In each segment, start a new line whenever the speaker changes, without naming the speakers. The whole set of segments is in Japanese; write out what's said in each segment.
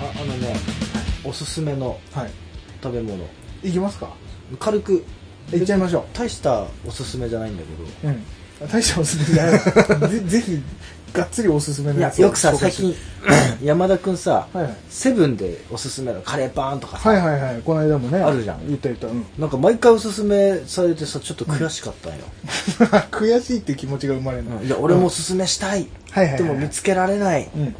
あのねおすすめの
はい
食べ物
いきますか
軽く
いっちゃいましょ
大したおすすめじゃないんだけ
ううん大したおすすめじゃない ぜぜひがっつりおすすめ
ど
の
い
や
や
つを
よくさ
紹介
最
して
近山田君さ、
はいはい
セブンでおすすめのカレーパンとかさ、
はいはいはいこの間もね
あるじゃん
言った言ったうん
なんか毎回おすすめされてさちょっと悔しかったんよ、
悔しいって気持ちが生まれるの、
いや俺もおすすめしたい、
はいはいはい
でも見つけられない、
うん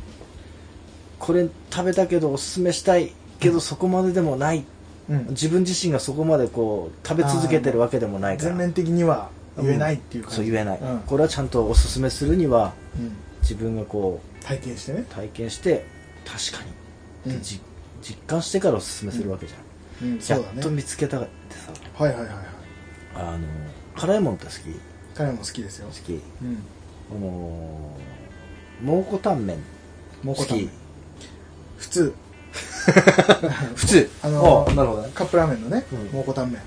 これ食べたけどおすすめしたいけどそこまででもない
うん
自分自身がそこまでこう食べ続けてるわけでもないから
全面的には言えないっていう感じ
そう言えない、
うん
これはちゃんとおすすめするには
うん
自分がこ
体験してね
う体験して確かにって
うん
じ、実感してからおすすめするわけじゃん、
うん
や
そうだ
っと
ね
見つけたってさ
はいはいはいはい
あの辛いもんって好き
彼も好きですよ
好き
うん
あのー蒙古タンメン
蒙
好
古タンメン
き
普 通
普通
あのー
なるほどね
カップラーメンのね
うん
蒙古タンメ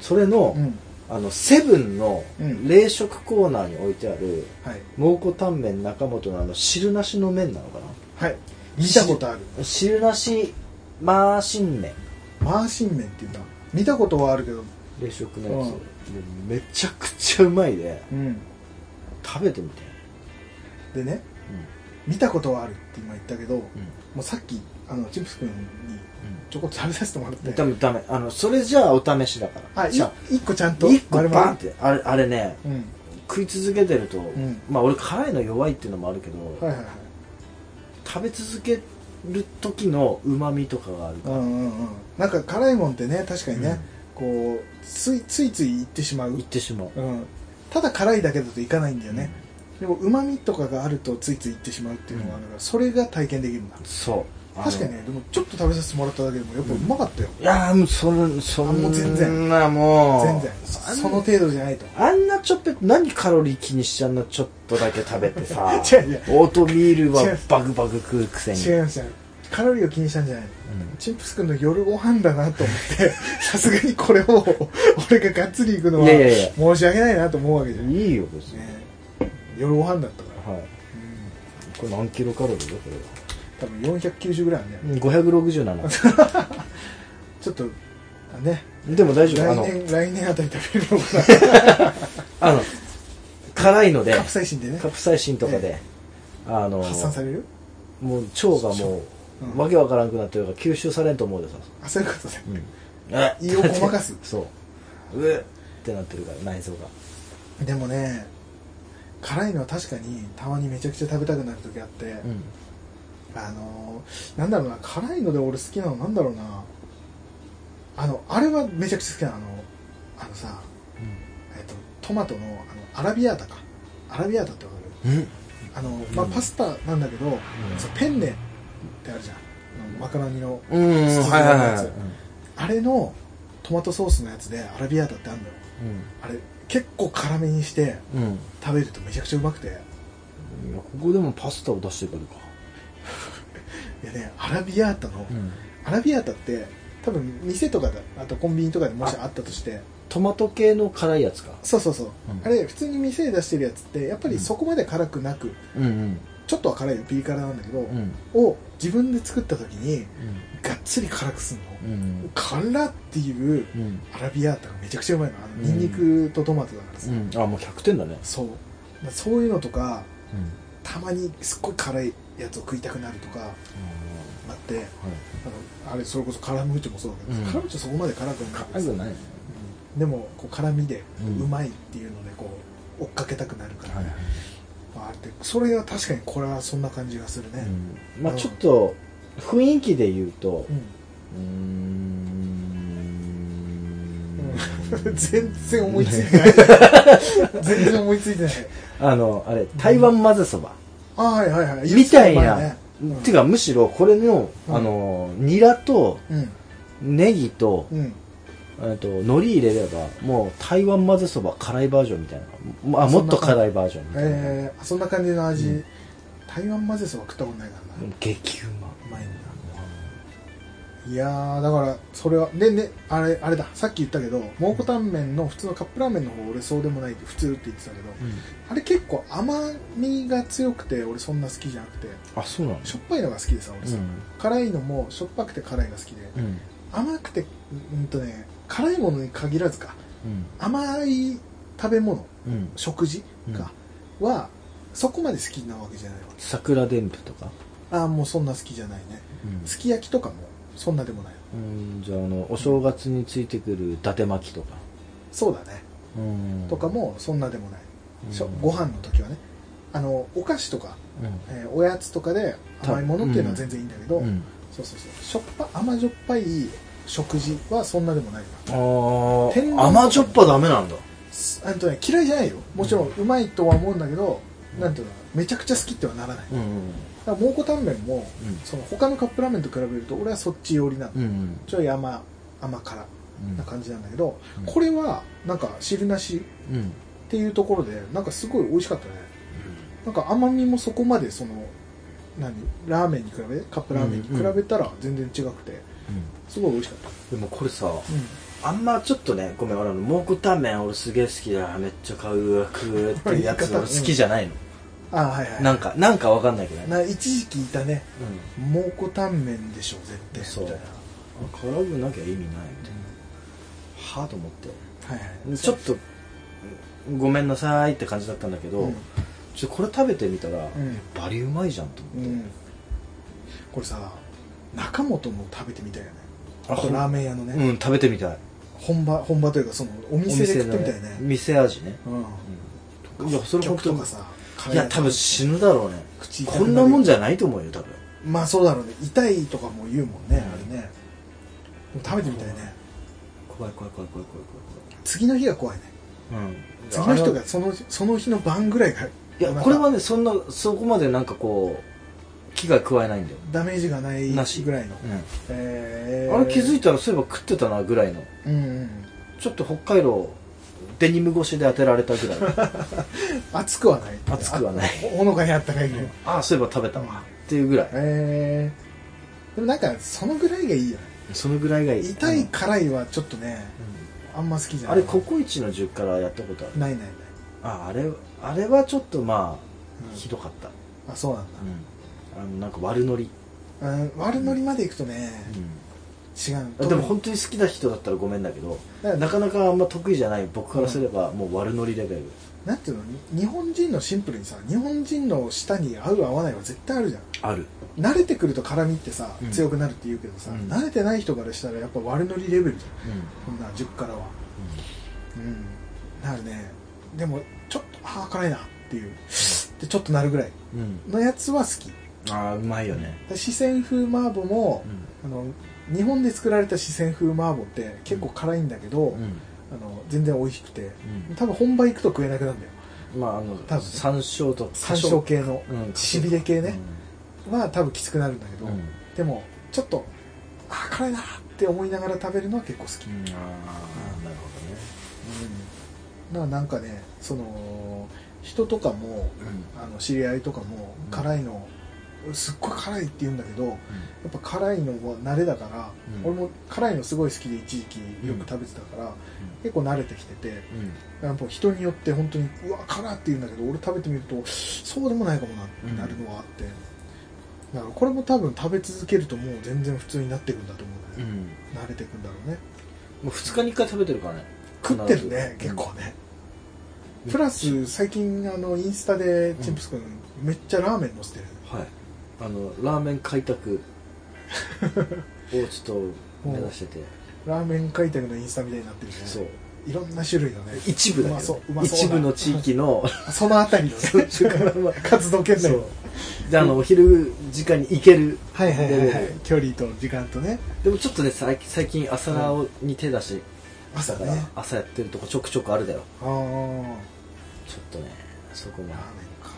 それの,、
ンうん
あのセブンの
うん
冷食コーナーに置いてある
はい
蒙古タンメン中本のあの汁なしの麺なのかな
はい見たことある
汁なしマーシン麺
マーシン麺っていうんだ見たことはあるけど
冷食のやつ、
うん
もうめちゃくちゃうまいで
うん
食べてみて、
でね見たことはあるって今言ったけどもうさっきあのチップス君にちょこっと食べさせてもらって
ダメダメあのそれじゃあお試しだから
あい
じゃ
一個ちゃん
あ
と
1個バンっ
丸
てあれあれね
々
食い続けてると、
ん
まあ俺辛いの弱いっていうのもあるけど、
うんはいはいはい
食べ続ける時のうまみとかがある
う
から、
んうんうんなんか辛いもんってね確かにねこうついついついいってしまう
いってしまう、
うんただ辛いだけだといかないんだよねでもうまみとかがあるとついついいってしまうっていうのがあるからそれが体験できるんだ
そう
確かにねでもちょっと食べさせてもらっただけでもやっぱうまかったよ
いやーもうそんそんな
あもう全然
もう
全然
あん
その程度じゃないと
あんなちょっと何カロリー気にしちゃうのちょっとだけ食べてさ
違う違う
オートミールは
違う
バグバグ食うくせに
違いましたカロリーを気にしたんじゃないのチップス君の夜ご飯だなと思って さすがにこれを 俺ががっつり行くのはい
やいやいや
申し訳ないなと思うわけじゃ
うん
ん、ね、
いいよ別に、
夜ご飯だったから、
はい
うん
これ何キロカロリーだこ
多分490ぐらいあるんだよね
れ567
ちょっとあね
でも大
来
丈夫あの
年来年あたり食べるのか な
あの辛いの で
カプサイシンでね
カプサイシンとかで、あの
発散される
もう腸がもう、
うん
わけわからんくなってるから吸収されんと思うでさ、
あそういうことね
え
胃をごまかす
そううえってなってるから内臓が
でもね辛いのは確かにたまにめちゃくちゃ食べたくなる時あって、
うん
あのー、なんだろうな辛いので俺好きなのなんだろうなあのあれはめちゃくちゃ好きなのあのあのさ、えっと、トマトのあのアラビアータかアラビアータってわかる
うん
あの、まあ、パスタなんだけど、そうペンネってあるじゃんあのマカロニの
うんうん
筒状の
はいはい
や
はい
つあれのトマトソースのやつでアラビアータってあるのよあれ結構辛めにして
うん、うん
食べるとめちゃくちゃうまくて
いやここでもパスタを出してくるか、
いやねアラビアータの、
ん、
アラビアータって多分店とかであとコンビニとかでもしあったとして
トマト系の辛いやつか
そうそうそう、
うん
あれ普通に店で出してるやつってやっぱりそこまで辛くなく、
うんうん
ちょっとは辛いよピリ辛なんだけど、
うん
を自分で作った時にがっつり辛くすんの、
うん
辛っていう
うん
アラビアータがめちゃくちゃうまいのあの
うん
ニンニクとトマトだからさ、
うんあもう100点だね
そうだそういうのとかたまにすっごい辛いやつを食いたくなるとかあってあのあれそれこそカラムーチョもそうだけど、
うん
カラムーチョそこまで辛くはない
辛くない
でもこう辛みで
うん
うまいっていうのでこう追っかけたくなるから、まあ、あれってそれは確かにこれはそんな感じがするね
うんまあちょっと雰囲気で言うと
うん、
うーん
全然思いついてない 全然思いついてない
あのあれ台湾混ぜそば
ああはいはいはい
みたい
言って
な
たねうん
ていうかむしろこれの
うん
あのニラと
うん
ネギと
うん
えっと海苔入れればもう台湾混ぜそば辛いバージョンみたいなもあもっと辛いバージョンみたいな
えー、そんな感じの味、
うん
台湾混ぜそば食ったことないからな、う
激うま
まいんだいやーだからそれはでねあれあれださっき言ったけど蒙古タンメンの普通のカップラーメンの方俺そうでもないって普通って言ってたけどあれ結構甘みが強くて俺そんな好きじゃなくて
あそうなん
しょっぱいのが好きでさ俺さ、辛いのもしょっぱくて辛いが好きで
うんうん
甘くてうんとね辛いものに限らずか
うん
甘い食べ物
うん
食事か、はそこまで好きなわけじゃないわ
桜でんぷとか
けああもうそんな好きじゃないね
うん
すき焼きとかもそんなでもない
うんじゃああのお正月についてくる伊達巻きとか
そうだねとかもそんなでもない、しょ
うん
ご飯の時はねあのお菓子とか、
う
えーおやつとかで甘いものっていうのは全然いいんだけど、
んうん
そうそうそうしょっぱ甘じょっぱい食事はそんなでもないわ
あ
天
ー
丼
甘じょっぱダメなんだ
すあのね嫌いじゃないよもちろんうまいとは思うんだけど、なんていうのめちゃくちゃ好きってはならないだ
うん
から蒙古タンメンも
うん
その他のカップラーメンと比べると俺はそっち寄りなの、
うんうん
ちょい甘甘辛
うん
な感じなんだけど、
うん
これはなんか汁なし
うん
っていうところでなんかすごい美味しかったねなんか甘みもそこまでその何ラーメンに比べカップラーメンに比べたら全然違くてすごい美味しかった、
でもこれさ
うん
あんまちょっとねごめん俺あの蒙古タンメン俺すげえ好きだめっちゃ買う食うっていうやつ俺好きじゃないの
ああはいはい
なんかなんかわかんないけどね
な一時期いたね蒙古タンメンでしょ絶対
そう
みたいな
絡むなきゃ意味ないみたいなはあと思って
はいはい
ちょっとごめんなさいって感じだったんだけど、
うん
ちょこれ食べてみたら、
ん
バリうまいじゃんと思
う
って、
んこれさ中本も食べてみたいよね
あほん
ラーメン屋の
うん
ね、
食べてみたい
本場本場というかそのお店で食ってみたいね
店味ね、
うん
いやそれ本
曲
当
と
に
かさ
いや多分死ぬだろうね
口痛く
こ
る
んなもんじゃないと思うよ多分
まあそうだろうね痛いとかも言うもんね、あれねでも食べてみたいね
怖い怖い怖い怖い怖い
次の日が怖いね
怖いうん
次の人
い
がそのその日の晩ぐらいが
や
なんか
これはねそんなそこまでなんかこう気が加えないんだよ
ダメージがない
なし
ぐらいの、
う
え
ん、あれ気づ
い
いたらそういえば食ってたなぐらいの
うん、うん、
ちょっと北海道デニム越しで当てられたぐらい
熱くはない
熱くはない
あほのかにあったかいぐらい、
ああそういえば食べたわっていうぐらい
えー、でもなんかそのぐらいがいいよね
そのぐらいがいい
痛い辛いはちょっとね
う
あんま好きじ
ん
ゃ
あ
ない
れココイチの10からやったことある
ないないない、
ああれあれはちょっとまあひ
う
どかった、
ん、あそうなん
あのなんか悪ノリ、
だ、うん、悪ノリまで行くとね、違う
あでも本当に好きな人だったらごめんだけど
だから
なかなかあんま得意じゃない僕からすればもう悪ノリレベル、
なんていうのに日本人のシンプルにさ日本人の舌に合う合わないは絶対あるじゃん
ある
慣れてくると辛みってさ、
うん
強くなるって言うけどさ、
うん
慣れてない人からしたらやっぱ悪ノリレベルじゃんこんな10からはうんなるねでもちょっとああ辛いなっていうでちょっとなるぐらい
うん、
のやつは好き
ああうまいよね、
で四川風麻婆も
う、ん
あの日本で作られた四川風麻婆って結構辛いんだけど、
うん
あの全然美味しくて多分本場行くと食えなくなるんだよ
まああの
多分
山椒と
山椒系の
うん
しびれ系ね、は多分きつくなるんだけ
う
ど、
んうん
でもちょっとあー辛いなって思いながら食べるのは結構好き、
ああなるほ
だからなんかねその人とかも
どね、うん
あの知り合いとかも
うん
辛いの、すっごい辛いって言うんだけどやっぱ辛いのは慣れだから、
うん
俺も辛いのすごい好きで一時期よく食べてたから、結構慣れてきてて
うん
やっぱ人によって本当にうわ辛って言うんだけど俺食べてみるとそうでもないかもなってなるのはあって、だからこれも多分食べ続けるともう全然普通になってくんだと思う
う
ね、
ん
慣れてくんだろうね
もう2日に1回食べてるからね
食ってるね
必ず
結構ね、プラス最近あのインスタでチンプス君、めっちゃラーメン載せてる
はいあのラーメン開 拓をちょっと目指してて、
ラーメン開拓のインスタみたいになってるね
そう
いろんな種類のね
一部だ
うま
け
そ
ど
う
ね、
うまそうな
一部の地域 の
そのあたりのね 活動圏内
そうであのお昼時間に行ける
はいはいはい、は
レベ
い
ル、
距離と時間とね
でもちょっとね最近最近朝ラーに手出して
朝
だか
ね
ら、朝やってるとこちょくちょくあるだよ
あ
ち
あ
ょっとねそこも
ラーメンか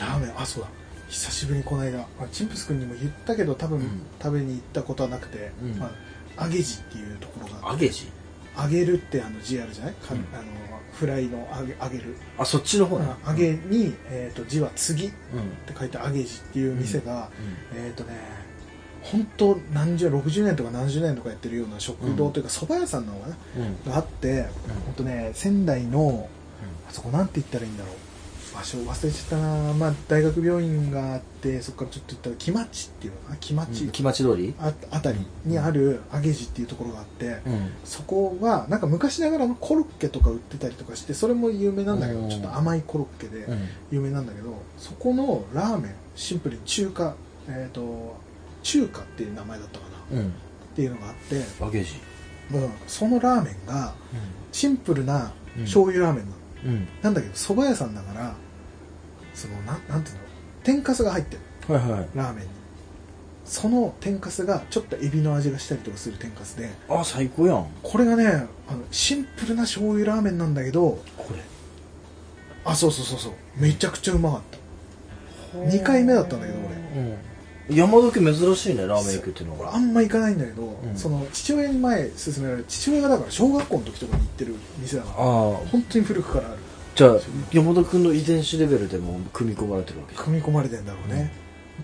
ラーメンあそうだ久しぶりにこの間あチンプス君にも言ったけど多分、
うん
食べに行ったことはなくて、
うん
まあ、揚げ地っていうところが
揚げ地
揚げるってあの GR じゃない、か
うん
あのフライの揚げ揚げる、
あそっちの方ね
揚げに、えー、と字は「次」っ
うん、うん
て書いて揚げ地っていう店が、えっ、とね本当何十60年とか70年とかやってるような食堂というか蕎麦屋さんなのかな
うん
があって本当ね仙台のあそこなんて言ったらいいんだろう場所忘れちゃったな、まあ、大学病院があってそこからちょっと行ったら木町っていうのかな木町、
気持ち通り
ああたりにある揚げ地っていうところがあって、
うん
そこはなんか昔ながらのコロッケとか売ってたりとかしてそれも有名なんだけ
う
ど
ん
ちょっと甘いコロッケで有名なんだけどそこのラーメンシンプルに中華えっ、と中華っていう名前だったかなっ
うん
ていうのがあって、
バゲージ
うん、そのラーメンがシンプルな醤油ラーメンなの、
うん
なんだけど蕎麦屋さんだからそのなんなんていうの天かすが入ってる
はいはい
ラーメンにその天かすがちょっとエビの味がしたりとかする天かすで
あ最高やん
これがねあのシンプルな醤油ラーメンなんだけど
これ
あそうそうそうそうめちゃくちゃうまかった二回目だったんだけど俺
俺山時珍しいねラーメン行くっていうの
俺
が
あんま行かないんだけど、
ん
その父親に前勧められて父親がだから小学校の時とかに行ってる店だから
ああ
本当に古くからある
じゃあ山田君の遺伝子レベルでもう組み込まれてるわけじゃん
組み込まれてんだろうね、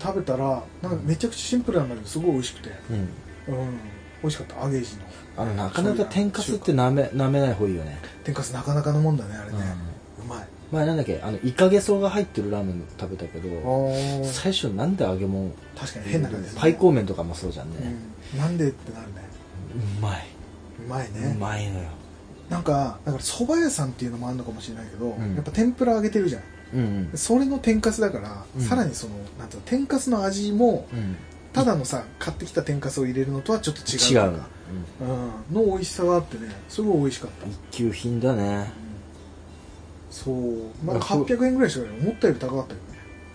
食べたらなんかめちゃくちゃシンプルなんだけどすごい美味しくて
うん
うん美味しかった揚げ石の
あのなかなか天かすってなめなめない方がいいよね
天かすなかなかのもんだねあれね、うまい
前なんだっけあのイカゲソが入ってるラーメン食べたけど最初なんで揚げ物
確かに変な感じですね
パイコーメンとかもそうじゃんね
うんなんでってなるね
うまいう
まいうね
まいのよ
なんかだから蕎麦屋さんっていうのもあるのかもしれないけど、
うん
やっぱ天ぷら揚げてるじゃん
うん
それの天かすだから、
うん
さらにそのなんていうの天かすの味も
うん
ただのさ買ってきた天かすを入れるのとはちょっと違
違
う
うの
うん、の美味しさがあってねすごい美味しかった、
一級品だね
そうまだ800円ぐらいしたから思ったより高かったよね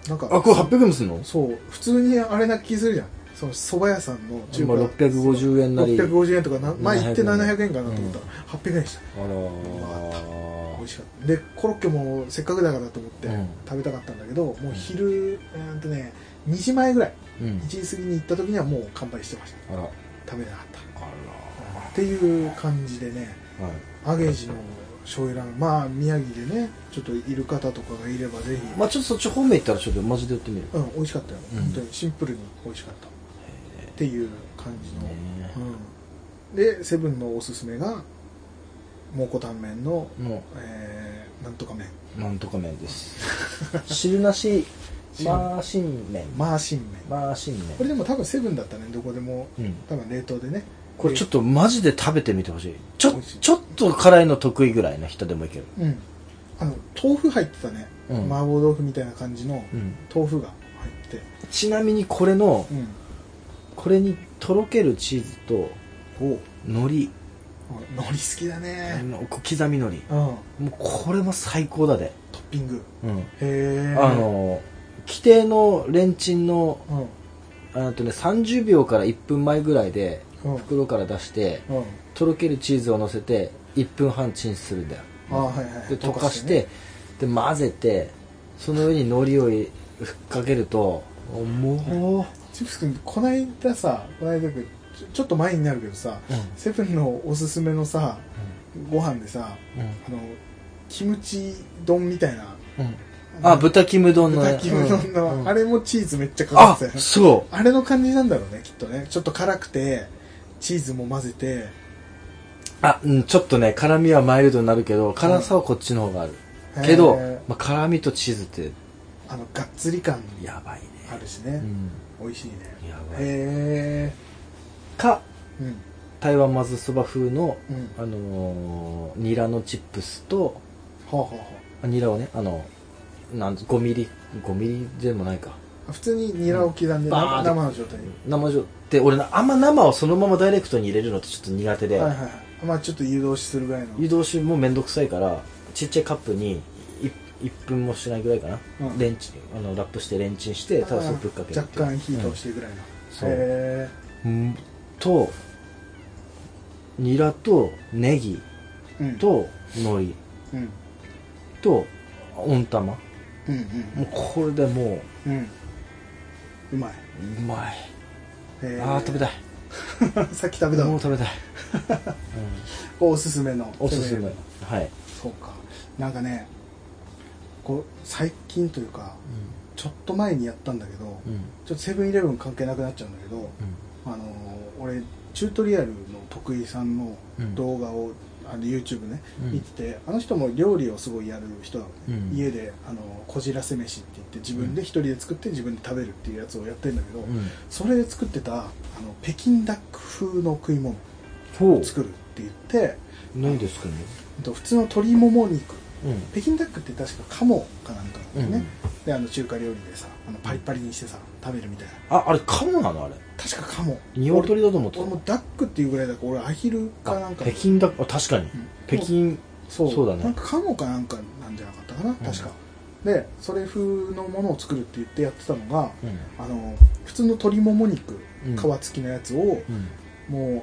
なんか
あこれ800円すんの
そう普通にあれな気するじゃんその蕎麦屋さんの中
今650円なり
650円とかな前行って
700
700円かなと思ったら、800円でした
あら
美
ー
味しかったでコロッケもせっかくだからと思って
うん
食べたかったんだけど、もう昼えーっとね2時前ぐらい
うん
1時過ぎに行った時にはもう完売してました
あら
食べなかっ
あ
たっていう感じでね
らはい
アゲージの醤油ラーメンまあ宮城でねちょっといる方とかがいればぜひ、
まあちょっとそっち方面行ったらちょっとマジでやってみる
うん、美味しかったよ、
うん
本当にシンプルに美味しかったっていう感じの、
ね
うん、でセブンのおすすめが蒙古タンメンの、
も
えーなんとか麺
うなんとか麺です 汁なしマーシン麺
マーシン麺
マーシン麺
これでも多分セブンだったねどこでも
うん
多分冷凍でね
これちょっとマジで食べてみてほしいちょ
美味しい
ちょっと辛いの得意ぐらいの人でもいける
うんあの豆腐入ってたね、
うん
麻婆豆腐みたいな感じの
うん
豆腐が入って
ちなみにこれの
うん
これにとろけるチーズと
おう
海苔
海苔好きだね
のこう刻み海
うん、
苔もうこれも最高だで
トッピング
うん
へえ
あの規定のレンチンの
うん
あとね30秒から1分前ぐらいで
うん
袋から出して
うん
とろけるチーズを乗せて1分半チンするんだよ
ああはいはい
で溶かして
ね
で混ぜてその上に海苔をいふっかけるとも
チップス君こないださこないだくちょちょっと前になるけどさ、
う、
セブンのおすすめのさご飯でさあのキムチ丼みたいな
あ豚キム丼のね
豚キム丼の、
うん
あれもチーズめっちゃかか
あ
ってたよね
そ
あれの感じなんだろうねきっとねちょっと辛くてチーズも混ぜて
うあ、うん、ちょっとね辛みはマイルドになるけど辛さはこっちの方がある、
うん
けど
へー、
まあ、辛みとチーズって
あのがっつり感
やばいね、
あるしね
う、ん、
美味しいね
やばい
へ
か
えうん
台湾まずそば風の、
うん
あのーニラのチップスと
ほうほうほう
あニラをねあのなん5ミリ5ミリでもないか
あ普通にニラを刻んで、
んバーっ
生
て
生の状態に、
生じょって俺なあんま生をそのままダイレクトに入れるのってちょっと苦手で、
はいはいはいまあちょっと湯通しするぐらいの
湯通しもめんどくさいからちっちゃいカップに 1, 分もしないぐらいかな、
うん
レンチンあのラップしてレンチンしてただそれぶっかけるっていう
若干火通してるぐらいの、
そう
へ
うんとニラとネギ
えうん
と海苔
うん
と温玉も
うん
うこれでも
うんうんうまいう
うまい、
へえ
あー食べたい
さっき食べた
も
の
う食べたい、
おすすめの
うん、おすすめはい、
そうかなんかねこう最近というかちちょっと前にやったんだけど、ちょ
うん
っとセブンイレブン関係なくなっちゃうんだけど、あの俺チュートリアルの徳井さんの
うん
動画を、あの YouTube ね、
うん
見ててあの人も料理をすごいやる人なのね、
うん
家であのこじらせ飯って言って自分で一人で作って自分で食べるっていうやつをやってるんだけど、
うん
それで作ってたあの北京ダック風の食い物
ほう
を作るって言って、
何ですかね
えっと普通の鶏もも肉
うん
北京ダックって確か鴨かなんかなんだよね、
うん
であの中華料理でさあのパリパリにしてさ食べるみたいな
ああれカモなのあれ
確か鴨
鶏だと思って
俺
た
もダックっていうぐらいだから俺アヒルかな
あ
んか
北京だあ確かに
うん
北京
そう
そうだね
なんかカモかなんかなんじゃなかったかな確か、でそれ風のものを作るって言ってやってたのが、
うん
あの普通の鶏もも肉
うん
皮付きのやつを
うん
も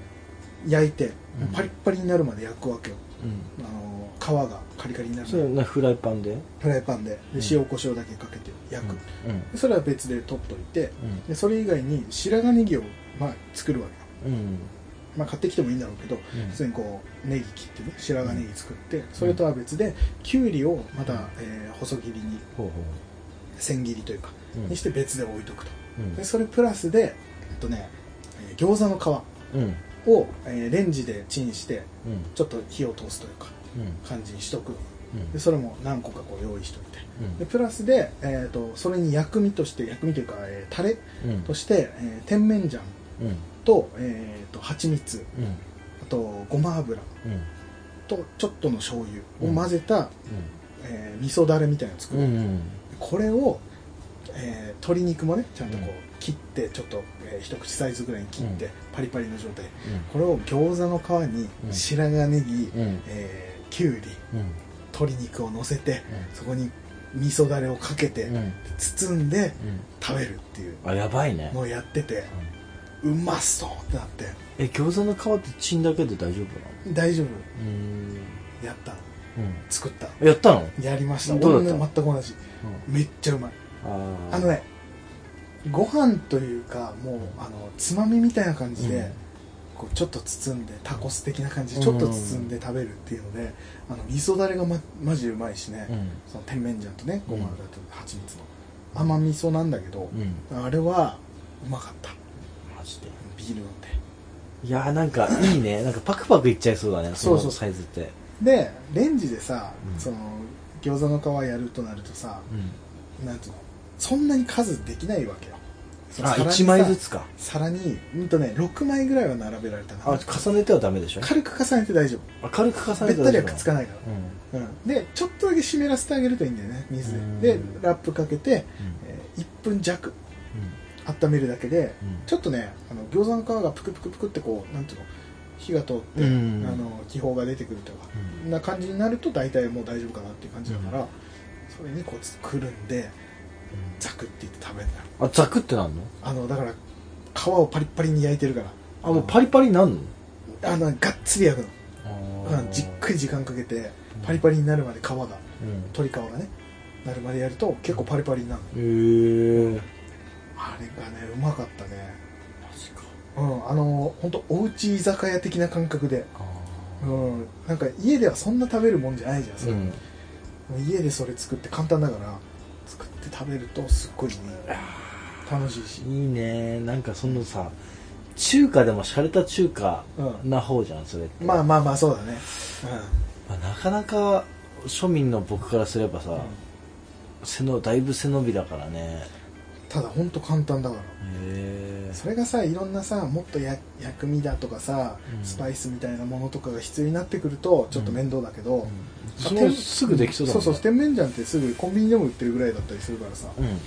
う焼いて、
うん
パリッパリになるまで焼くわけよ
うん
あの皮がカリカリになる
そ
ま
れ
で
なフライパンで
フライパンでで
うん
塩コショウだけかけて焼く、で
うん
それは別で取っといて
うん
でそれ以外に白髪ネギを、まあ、作るわけよ
うん
まあ、買ってきてもいいんだろうけど、
うん
普通にこうネギ切ってね白髪ネギ作って、それとは別できゅうりをまた、えー細切りに
ほうほ
千切りというか、
ううん
にして別で置いとくと
うん
でそれプラスで、えっとね、えー餃子の皮
うん
を、えーレンジでチンして
うん
ちょっと火を通すというか
うん
感じにしとく
うん
でそれも何個かこう用意しといて
うん
でプラスで、えー、とそれに薬味として薬味というか、えータレ
うん
として、えー、甜麺醤
うん
と,、えー、と蜂蜜
うん
あとごま油
うん
とちょっとの醤油を混ぜた、えー味噌だれみたいなのを作
うん
る、
うん
これを、えー鶏肉もねちゃんとこう、
うん
切ってちょっと、えー一口サイズぐらいに切って、
うん
パリパリの状態これを餃子の皮に
うん
白髪ネギ、
うんうん
えーきゅうり
うん
鶏肉を乗せて
う
そこに味噌だれをかけて、
んうん
包んで
うん
食べるっていう
あやばいね
のをやっててうまそうってなって
え餃子の皮ってチンだけで大丈夫なの
大丈
うーん
夫やった
うん
作った
やったの
やりました
どう
俺
だった
もね全く同じめっちゃうまい
あー
あのねご飯というかもうあのつまみみたいな感じで、
うん
こうちょっと包んでタコス的な感じでちょっと包んで食べるっていうので、あの味噌だれがまマジでうまいしね、
うん
その甜麺醤とね
うん
ごま油と蜂蜜の甘味噌なんだけど
う、ん
あれはうまかった
マジで
ビール飲んで
いやーなんかいいねなんかパクパクいっちゃいそうだね
そうそう
そのサイズって
でレンジでさ、
うん
その餃子の皮やるとなるとさ
うん
なんつうのそんなに数できないわけよその
あ
皿にさ
1枚ずつか
さらにうんとね6枚ぐらいは並べられたな
あ重ねてはダメでしょ
軽く重ねて大丈
あ軽く重ねて
夫べったりは
大丈夫
くっつかないか
うん
ら、うん、でちょっとだけ湿らせてあげるといいんだよね水
うん
ででラップかけて、
うん
えー1分弱温めるだけで
うん
ちょっとねあの餃子の皮がプクプクプクってこうなんていうの火が通って、
うん
あの気泡が出てくるとか、
うん
な感じになると大体もう大丈夫かなっていう感じだから、それにこうくるんでザクっていって食べるんだよ
あザクってなんの
あのだから皮をパリッパリに焼いてるから
あもうパリパリになんの
あのがっつり焼くの
あ
うんじっくり時間かけてパリパリになるまで皮が
うん
鶏皮がねなるまでやると結構パリパリになる
へ
の
え
あれがねうまかったね
マジか
うんあの本当おうち居酒屋的な感覚で
あ
うんなんか家ではそんな食べるもんじゃないじゃん
ー
それ、
うん
家でそれ作って簡単だから作って食べるとすっごいいい楽しい
い
し
いねなんかそのさ中華でも洒落た中華
うん
な方じゃんそれって
まあまあまあそうだね
まあなかなか庶民の僕からすればさ、
うん、
背のだいぶ背伸びだからね
ただ本当簡単だから
へ
それがさいろんなさもっとや薬味だとかさ、
うん
スパイスみたいなものとかが必要になってくるとちょっと面倒だけど、
それもすぐできそうだもんね
そうそう甜麺醤ってすぐコンビニでも売ってるぐらいだったりするからさ、
ううん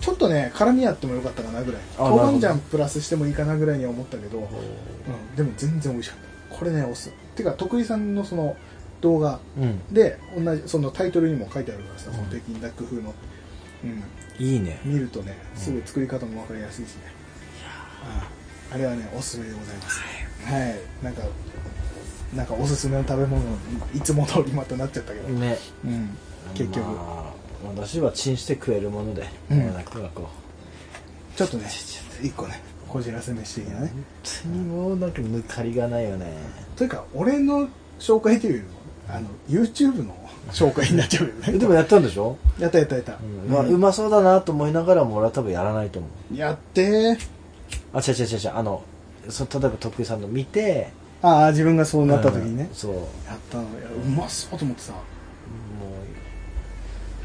ちょっとね辛みあってもよかったかなぐらい
あ
豆板
なる
醤
ほ
プラスしてもいいかなぐらいには思ったけど、うん、でも全然美味しかったこれねおすてか徳井さんのその動画
うん
で同じそのタイトルにも書いてあるからさ、その
うん
北京ダック風の、うん、
いいね
見るとねすぐ作り方も分かりやすいしね、あああれはねおすすめでございますはいなんかなんかおすすめの食べ物いつも通りまたなっちゃったけど、
ね
うん、結局、
まあ私はチンして食えるもので、
うん
もうなんかこ
ちょっとね一個ねこじらせ飯的
う
なね
本当にもうなんか抜かりがないよね
というか俺の紹介というよりもあの YouTube の紹介になっちゃうよ
え
ね
でもやったんでしょ、
やったやったやった、
うまあ、うまそうだなと思いながらも俺は多分やらないと思う
やってー
あ違う違う違う違うあのそ例えば徳井さんの見て
ああ自分がそうなった時にね
うん、そうもう
やったのいやうまそうと思ってさ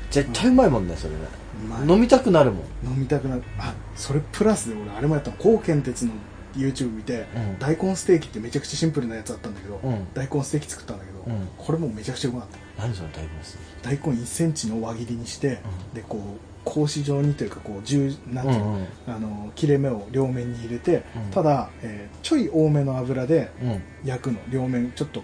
絶対うまいもんねそれね、
うまい
飲みたくなるもん
飲みたくなるあそれプラスで俺あれもやったの高健鉄の YouTube 見て、
うん
大根ステーキってめちゃくちゃシンプルなやつあったんだけど、
うん
大根ステーキ作ったんだけど、
うん
これもめちゃくちゃうまかった
何その大根ステー
大根1センチの輪切りにして、でこう格子状にというかこう十なん
キ
ていうの,、あの切れ目を両面に入れて、
うん
ただ、えーちょい多めの油で
うんうん
焼くの両面ちょっと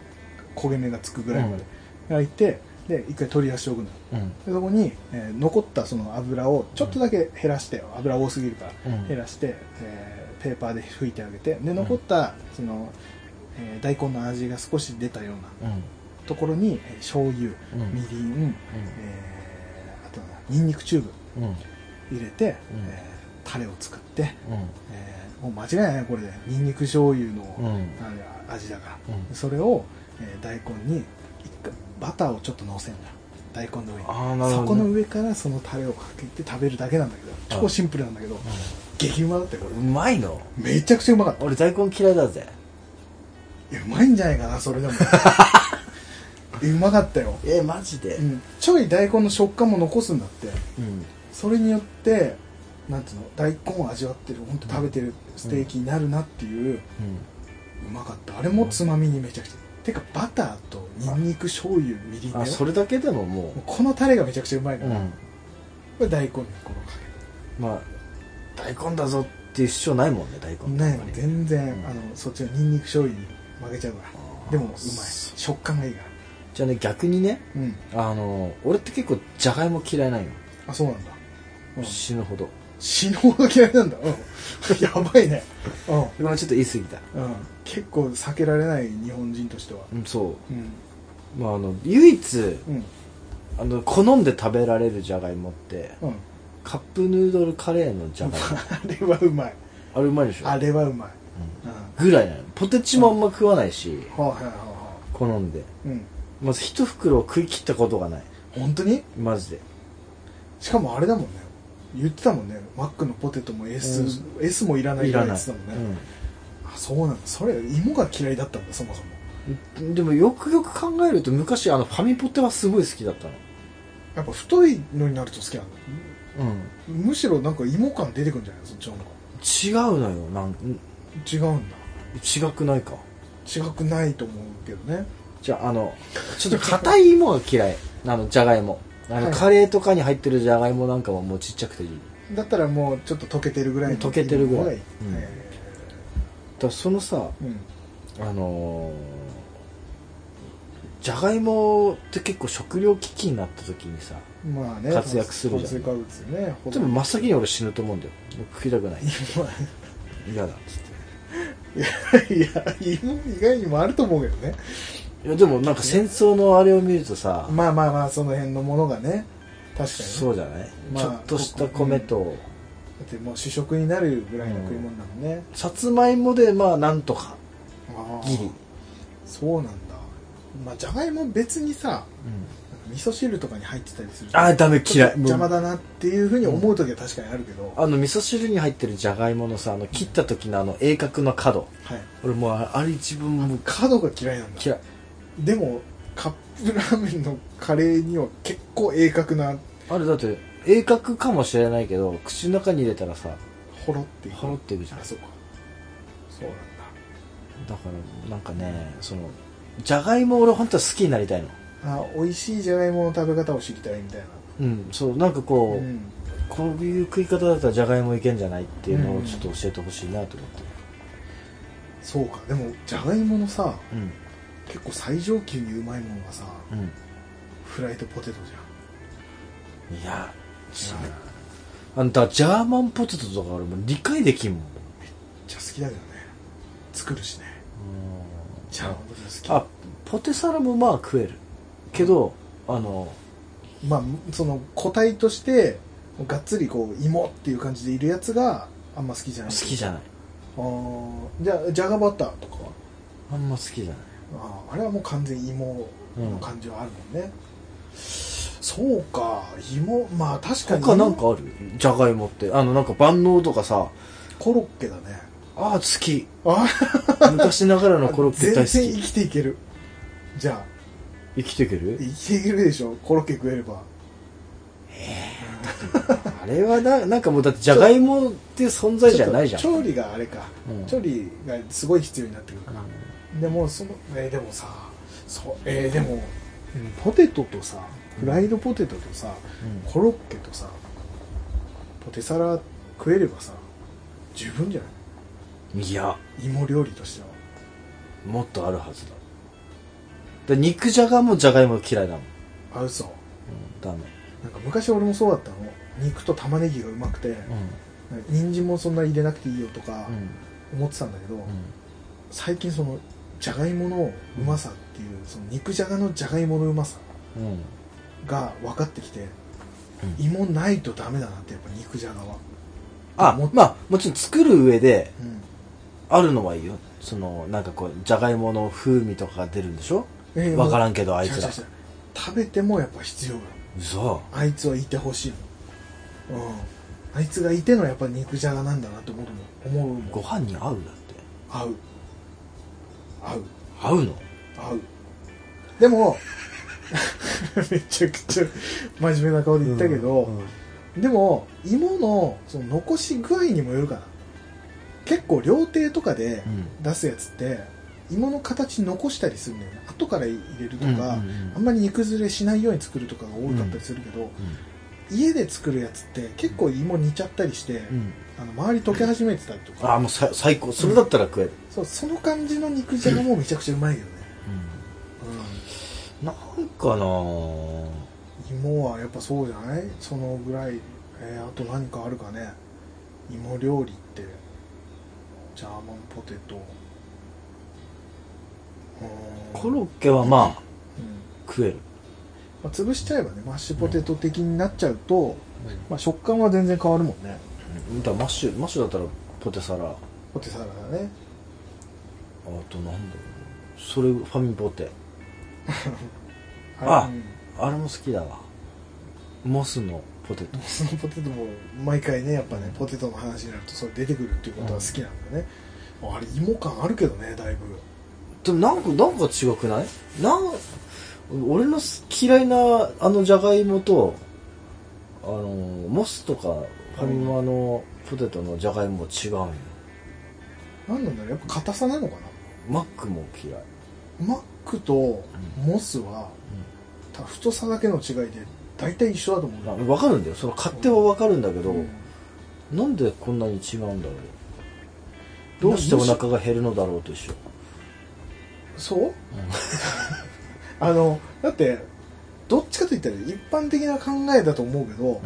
焦げ目がつくぐらいまで焼いて、で一回取り出しておくの
うん
でそこに、えー残ったその油をちょっとだけ減らして、油多すぎるから、
うん
減らして、えーペーパーで拭いてあげてで残った、その、えー大根の味が少し出たような
うん
ところに、えー醤油、
うん
みりん、えーあとはニンニクチューブ
うんうん
入れて、
うん
えータレを作って、えーもう間違いないねこれでニンニク醤油の、
うん
あれ味だから、
うん
それを、えー大根に一回バターをちょっとのせんだ大根の上に
あーなるほどね
そこの上からそのタレをかけて食べるだけなんだけど超シンプルなんだけど、激うまだったよこれ
うまいの
めちゃくちゃうまかった
俺大根嫌いだぜ
いやうまいんじゃないかな それでもうまかったよ、
えマジで
うん、ちょい大根の食感も残すんだって
うん
それによってなんていうの大根を味わってる本当食べてるステーキになるなっていう、うまかったあれもつまみにめちゃくちゃてかバターとニンニク醤油みりんだよ
あそれだけでもも
もうこのタレがめちゃくちゃうまいうか
う
ら、
ん
これ大根にこのか
まあ大根だぞっていう主張ないもんね大
け
根
ね全然、
うん
あのそっちのニンニク醤油に負けちゃうから
あー
でもうまい
そ
食感がいいから
じゃあね逆にね
うん
あの俺って結構じゃがいも嫌いなんよ
あそうなんだ、うん、
死ぬほど
死ぬほど嫌いなんだうん やばいねう
今ちょっと言い過ぎた
ん、うん、結構避けられない日本人としては
うんそう
うん
まああの唯一
うん
あの好んで食べられるじゃがいもって
うん
カップヌードルカレーのじゃがいも
あれはうまい
あれうまいでしょ
あれはうまいうん
ぐらいなのポテチもあんま食わないし
はあ、はいはいは
好んで
いうん
まず一袋を食い切ったことがない
本当に
マジで
しかもあれだもんね言ってたもんねマックのポテトも S,、S もいらない
い
ぐ
ら
らいっ
ない
て言ってたもんね、あそうなんだそれ芋が嫌いだったんだそもそも
うんでもよくよく考えると昔あのファミポテはすごい好きだったの
やっぱ太いのになると好きなんだ
うん
むしろなんか芋感出てくるんじゃないそっちの方が
違うのよなんん
違うんだ
違くないか
違くないと思うけどね
じゃああのちょっと硬い芋が嫌いあのじゃがいもあ
は
の
い
カレーとかに入ってるじゃがいもなんかはもうちっちゃくていい
だったらもうちょっと溶けてるぐらいの
溶けてるぐらいうん
芋の方がいいえ
だからそのさ
ーうん
あのーじゃがいもって結構食糧危機になった時にさ
まあね
活躍するじゃん
炭水化物ねほ
で
と
も
んど
真っ先に俺死ぬと思うんだよもう食いたくない
芋は
嫌だっつって
いや芋以外にもあると思うけどね
いやでもなんか戦争のあれを見るとさ、
まあまあまあその辺のものがね確かにね
そうじゃない、
まあ
ちょっとした米と、
だってもう主食になるぐらいの食い物なのね、
さつまいもでまあなんとか
あー
ギリ、
そうなんだまあじゃがいも別にさ味噌汁とかに入ってたりすると
ああダメ
ちょ
嫌
っ
い
と邪魔
もう
だなっていうふうに思う時は確かにあるけど、は
あの味噌汁に入ってるじゃがいものさあの切った時のあの鋭角の角
い
俺もうあれあれ一番もう
角が嫌いなんだ
嫌い
でもカップラーメンのカレーには結構鋭角な
あれだって鋭角かもしれないけど口の中に入れたらさ
ほろってい
ほろっていくじゃん
あそうかそうなんだ
だからなんかねそのじゃがいも俺本当は好きになりたいの
あ美味しいじゃがいもの食べ方を知りたいみたいな
うんそうなんかこう、
ん
こういう食い方だったらじゃがいもいけんじゃないっていうのをちょっと教えてほしいなと思って
そうかでもじゃがいものさ
うん
結構最上級にうまいものがさ
うん
フライとポテトじゃん
いやあんたジャーマンポテトとか俺もう理解できんもん
めっちゃ好きだけどね作るしねじゃあ僕も好き
あポテサラもまあ食えるけど、あの
まあその個体としてがっつりこう芋っていう感じでいるやつがあんま好きじゃ
好
ない
きじゃない
あーじゃあじゃがバターとかは
あんま好きじゃない
あーあれはもう完全芋
うん
の感じはあるもんね、そうか芋まあ確かに
他なんかあるじゃがいもってあのなんか万能とかさ
コロッケだね
ああ好き
あ
昔ながらのコロッケ
全
大
然
好
生
き
きていけるじゃあ
生きていける
生きていけるでしょコロッケ食えれば
あれはななんかもうだってじゃがいもっていう存在じゃないじゃん
ちょっと調理があれか、
うん
調理がすごい必要になってくるから、でもそのえーでもさそうえーでも、うんポテトとさフライドポテトとさ、
うん
コロッケとさポテサラ食えればさ十分じゃない
いや
い芋料理としては
もっとあるはずだで肉じゃがもじゃがいも嫌いだもん、
あ嘘
うん、ダメ
なんか昔俺もそうだったの肉と玉ねぎがうまくて、なんか人参もそんな入れなくていいよとか思ってたんだけど、最近そのじゃがいものうまさっていう、その肉じゃがのじゃがいものうまさ
うんうん
が分かってきて、
うん
芋ないとダメだなってやっぱ肉じゃがは、
あ
も
まあもちろん作る上で
うん
あるのはいいよそのなんかこうじゃがいもの風味とかが出るんでしょ
え
わから
ん
んけどあいつら
食べてもやっぱ必要なの
嘘
あいつはいてほしいのうんあいつがいてのやっぱ肉じゃがなんだなって思うもん思うもん
ご飯に合うだって
合う合う
合うの
合うでも めちゃくちゃ真面目な顔で言ったけど、
うんうん
でも芋のその残し具合にもよるかな結構料亭とかで出すやつって芋の形残したりするんだよね後から入れるとか、
うんうんうん
あんまり煮崩れしないように作るとかが多かったりするけど、家で作るやつって結構芋煮ちゃったりして、
うんうん
あの周り溶け始めてたりと
あ
か
あもうさ最高それだったら食える、
そうその感じの肉じゃがもめちゃくちゃうまいよね、
なんかなぁ
うん、芋はやっぱそうじゃないそのぐらい、えーあと何かあるかね芋料理ってジャーマンポテトうーん
コロッケはまあ
うん
食える
まあ、潰しちゃえばねマッシュポテト的になっちゃうと、まあ、食感は全然変わるもんね
うんだからマッシュマッシュだったらポテサラあ
ポテサラだね
となんだろうそれファミポテあ
うん
あれも好きだわモスのポテト
そのポテトも毎回ねやっぱねポテトの話になるとそれ出てくるっていうことは好きなんだね、あれ芋感あるけどねだいぶ
でもなんかなんか違くないなん俺のす嫌いなあのじゃがいもとあのモスとかファミマのポテトのじゃがいもは違うんよ
なんなんだろうやっぱ硬さなのかな
マックも嫌い
マックとモスは、た太さだけの違いで大体一緒だと思うんだ、
分かるんだよその勝手は分かるんだけど、
うん
なんでこんなに違うんだろうどうしてお腹が減るのだろうと一緒
そう、あのだってどっちかといったら一般的な考えだと思うけど、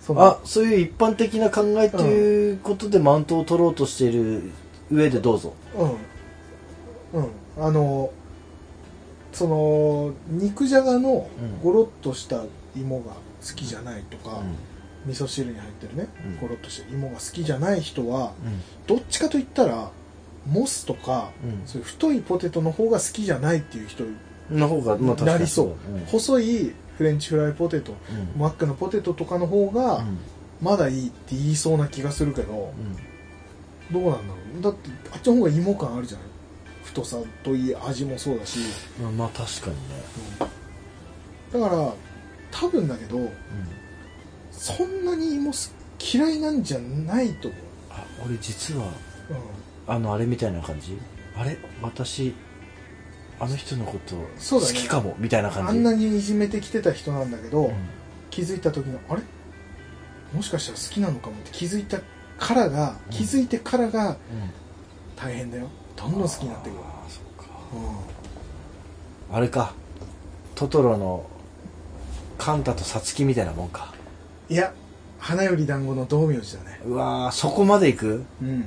その
あそういう一般的な考えということでマウントを取ろうとしている上でどうぞ
うんうんあのその肉じゃがの
うん
ゴロッとした芋が好きじゃないと
う
か、
ん
味噌汁に入ってるね、
うん
ゴロッとした芋が好きじゃない人は
うん
どっちかといったらモスとか、
うん
そういう太いポテトの方が好きじゃないっていう人
の方がまあ確か
な
に
りそう、細いフレンチフライポテト
うんうん
マックのポテトとかの方が、
うん
まだいいって言いそうな気がするけど、
うん
どうなんだろうだってあっちの方が芋感あるじゃない太さといい味もそうだし、
まあまあ確かにね
うんだから多分だけどそんなに芋す嫌いなんじゃないと思
あ俺実は
う、
あのあれみたいな感じあれ私あの人のこと
そう
好
だね
きかも、みたいな
うん、
感
あ
じ
んなにいじめてきてた人なんだけど、
うん
気づいた時にあれもしかしたら好きなのかもって気づいたからが
うん
気づいてからが
うん
大変だよどんどん好きになっていくる
あーそうか
う
あれかトトロのカンタとサツキみたいなもんか
んいや花より団子の道明寺だね
うわーそこまで行く
うん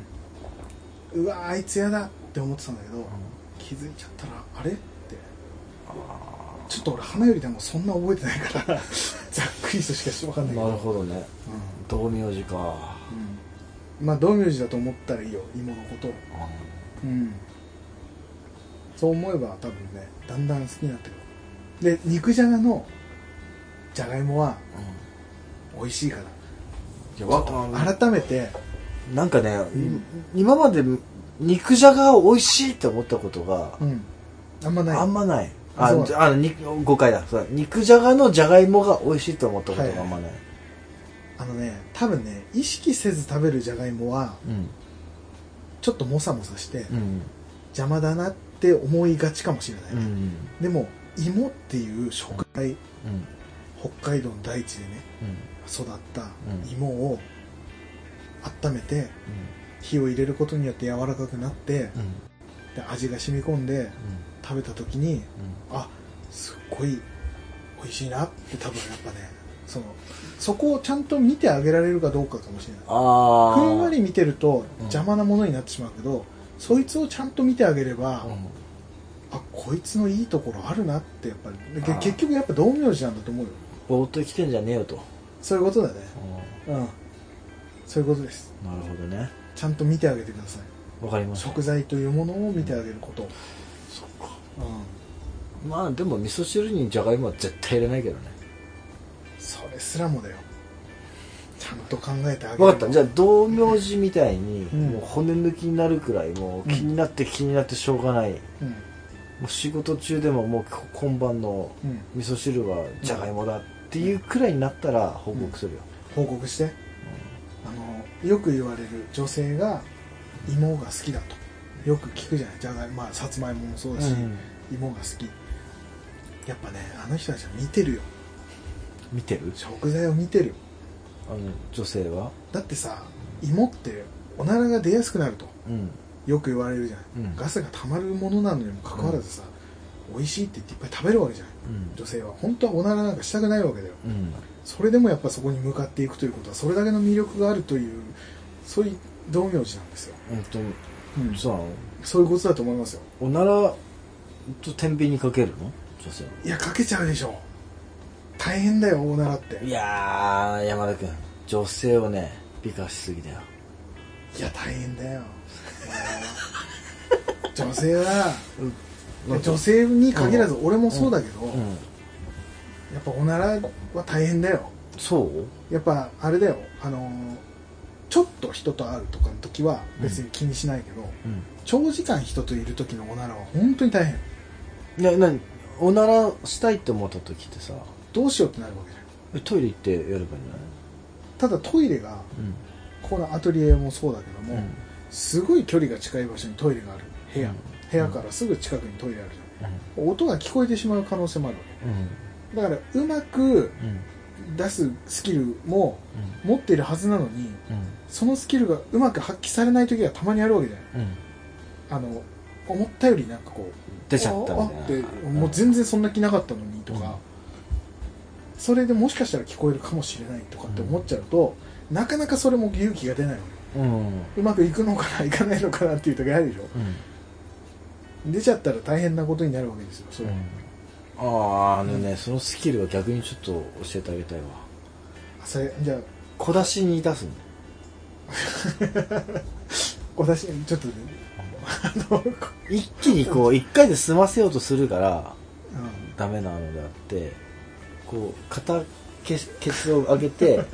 うわあいつやだって思ってたんだけど、気づいちゃったらあれってちょっと俺花よりでもそんな覚えてな いからざっくりとしかしわかん
な
ない
る
け
ほ
ど
どね道明寺か
うんうんまあ道明寺だと思ったらいいよ芋のことをうんそう思えば多分ねだんだん好きになってくるで肉じゃがのじゃがいもは美味しいから
いや
ちょっ
わ
と改めて
なんかね、い今まで肉じゃがを美味しいって思ったことが
うんあんまない
あんまない、あ
そう
あの肉誤解だそうだ肉じゃがのじゃがいもが美味しいと思ったことがあんまない、
あのね多分ね意識せず食べるじゃがいもは
うん
ちょっともさもさして
うん
邪魔だなって思いがちかもしれない、
うんうん
でも芋っていう食材、
うん
北海道の大地でね育った芋を温めて火を入れることによって柔らかくなっ
う
て
んうん
で味が染み込んで食べた時にあすっごい美味しいなって多分やっぱねそのそこをちゃんと見てあげられるかどうかかもしれない
ああ
ふんわり見てると
ん
邪魔なものになってしまうけど、そいつをちゃんと見てあげれば、あこいつのいいところあるなってやっぱりで
あー
結局やっぱ道明寺なんだと思うよ
ぼーっと生きてんじゃねえよと
そういうことだねうんそういうことです
なるほどね
ちゃんと見てあげてください
わかりました
食材というものを見てあげること、
そっか
うん、
まあでも味噌汁にじゃがいもは絶対入れないけどね
それすらもだよちゃんと考えて
分
あげる
かったじゃあ道明寺みたいに、
うん
もう骨抜きになるくらいもう気になって気になってしょうがない、
うん
もう仕事中でももうこ今晩の
うん
味噌汁はじゃがいもだっていうくらいになったら報告するよ、
報告して、あのよく言われる女性が芋が好きだとよく聞くじゃないじゃがいもまあさつまいももそうだし、
うん
芋が好きやっぱねあの人たちは見てるよ
見てる
食材を見てるよ
あの女性は
だってさ芋っておならが出やすくなると
うん
よく言われるじゃない、
うん
ガスが溜まるものなのにもかかわらずさ、美味しいって言っていっぱい食べるわけじゃない
うん
女性は本当はおならなんかしたくないわけだよ
うん
それでもやっぱそこに向かっていくということはそれだけの魅力があるというそういう道明寺なんですよ、
本当に
うん
そうなの
そういうことだと思いますよ
おならと天秤にかけるの女性はい
やかけちゃうでしょ大変だよおならって
いやー山田君女性をね美化しすぎだよ
いや大 変だよ女性は女性に限らず俺もそうだけど、
うん
やっぱおならは大変だよ
そう
やっぱあれだよあのーちょっと人と会うとかの時は別に気にしないけど、
うん
長時間人といる時のおならは本当に大変
ななおならしたいって思った時ってさ
どうしようってなるわけじゃん
えトイレ行ってやればいいんじ
ただトイレが
ゃない
このアトリエもそうだけども、
うん
すごい距離が近い場所にトイレがある部屋、
うん
部屋からすぐ近くにトイレあるじゃん、音が聞こえてしまう可能性もある
う
わ
んうん
けだからうまく
うん
出すスキルも持っているはずなのにそのスキルがうまく発揮されない時がたまにあるわけじゃない
うんうん
あの思ったよりなんかこう
出ちゃったみ
あ
たい
っ
な
てもう全然そんな気なかったのにとか、
うん
それでもしかしたら聞こえるかもしれないとかって思っちゃうと、なかなかそれも勇気が出ないのよ
うんうん
うまくいくのかないかないのかなっていう時あるでしょ出ちゃったら大変なことになるわけですよそれは、
あああのねそのスキルは逆にちょっと教えてあげたいわ
それじゃあ
小出しに出すんだ
私ちょっとねあの、こ
一気にこう一回で済ませようとするから
う
ダメなのであってこう片ケツケツを上げて
んはい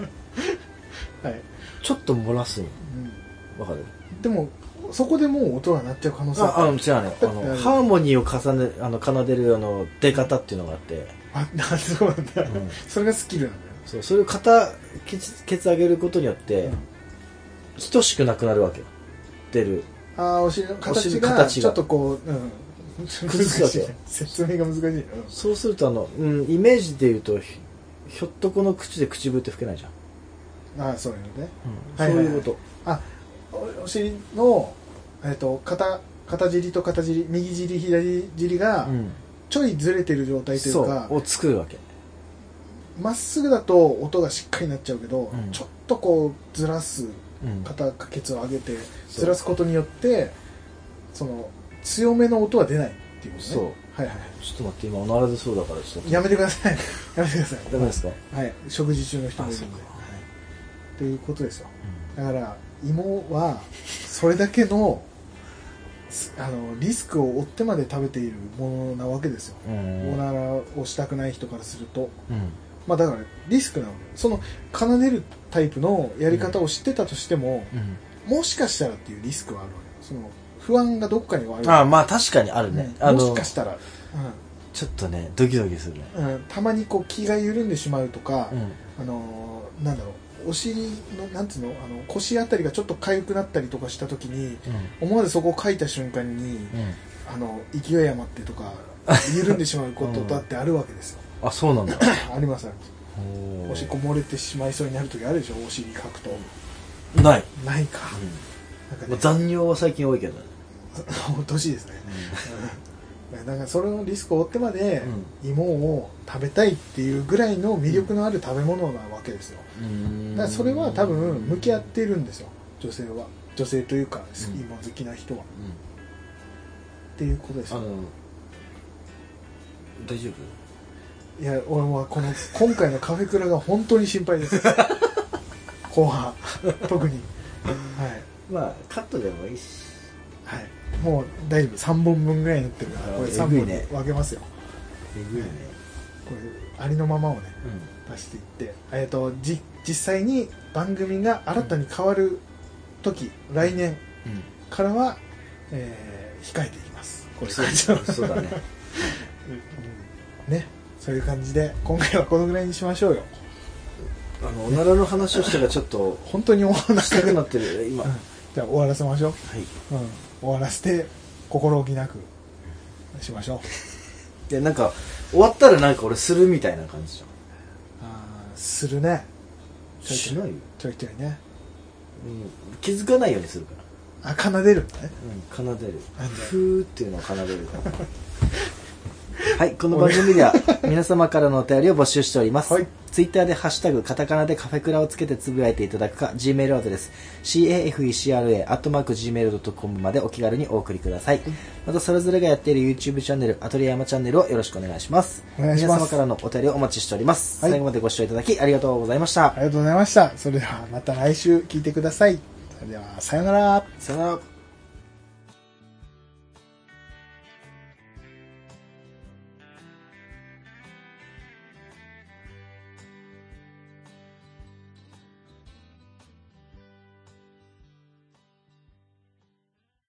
ちょっと漏らすんよ
う
わかる
ん、でもそこでもう音が鳴っちゃう可能性
あ、あの、
る
違うね。あ
なる
の、
ほど
ハーモニーを重ね、あの、奏でる、あの、出方っていうのがあって、
あなそうなんだ、
うん
それがスキルなんだよ
そう、それを肩、ケツ、ケツ上げることによって、等しくなくなるわけよ。出る。
ああお尻の
お尻
形
の
が
形が
ちょっとこう、うん、
崩すわけよ
説明が難しい、うん、
そうすると、あの、うん、イメージで言うと、ひひょっとこの口で口笛って吹けないじゃん。
ああそういうのね
そう
はいはいはい
いうこと。
あおお尻の、えー、と片片尻と片尻右尻左尻が
うん。
ちょいずれてる状態とい
そう
か
う、を作るわけ。
まっすぐだと音がしっかりなっちゃうけど、
うん
ちょっとこうずらす
うん。
片ケツを上げて
そう
ずらすことによってその強めの音は出ないっていうことね
そう
はいはいは
ちょっと待って、今、おならでそうだから、ちょっと。
いやめてくださいやめてください
ダメですか
はい、食事中の人もいるん
あ
で、
そう
は
か
い、ということですよだから芋はそれだけのすあのリスクを負ってまで食べているものなわけですよ、
うん
おならをしたくない人からすると
うん
まあだからリスクなわけその奏でるタイプのやり方を知ってたとしても、
うん
もしかしたらっていうリスクはあるわけその不安がどっかにはある
ああまあ確かにあるね
ね、
あ
もし
の
かしたら、
ちょっとねドキドキするね
うんうん、たまにこう気が緩んでしまうとか、
うん
あのーなんだろうお尻のなんつうのあの腰あたりがちょっと痒くなったりとかした時に思わずそこを書いた瞬間に、
うんうん
あの勢い余って とか緩んでしまうことだってあるわけですよ、
あそう なんだ
ありますあります
おー
おしっこ漏れてしまいそうになる時あるでしょお尻書くと
ない、
ないか、なんか
まあ
ね、
残尿は最近多いけどね
ほんとしいですね、うん、なんかそれのリスクを負ってまで芋を食べたいっていうぐらいの魅力のある食べ物なわけですよ
うん
だからそれは多分向き合ってるんですよ女性は女性というか
うん
芋好きな人は、
うん
っていうことです
あ
よ
の大丈夫
いや俺はこの今回のカフェクラが本当に心配です 後半特にはい
まあカットでもいいし
はいもう大丈夫3本分ぐらいになってるからこ
あ
れ3
えぐ
本
い
に
ね
分けますよ、
えぐいね
これありのままをね出していって、えー、とじ実際に番組が新たに変わる時、来
うんう
年
ん
からは、えー控えていきますこれ
そうそうだね
ねそういう感じで今回はこのぐらいにしましょうよ
あのおならの話をしたらちょっと
本当にお話
したくなってる今、はい
じゃあ終わらせましょう、うん、終わらせて心置きなくしましょう
でなんか終わったらなんか俺するみたいな感じじゃ
あーするね
んしないよ、
ちょいちょいね
うん、気づかないようにするから
あ奏でるんだね
うん、奏でる
なんで
ふーっていうのを奏でるから はいこの番組では皆様からのお便りを募集しております、
はい
ツイッターで「ハッシュタグカタカナ」でカフェクラをつけてつぶやいていただくか G メールアドレス cafecra.gmail.com までお気軽にお送りください、またそれぞれがやっている YouTube チャンネルアトリエ山チャンネルをよろしくお願いします
お願いします
皆様からのお便りをお待ちしております、
はい
最後までご視聴いただきありがとうございました、
ありがとうございましたそれではまた来週聞いてくださいそれではさようなら
さよなら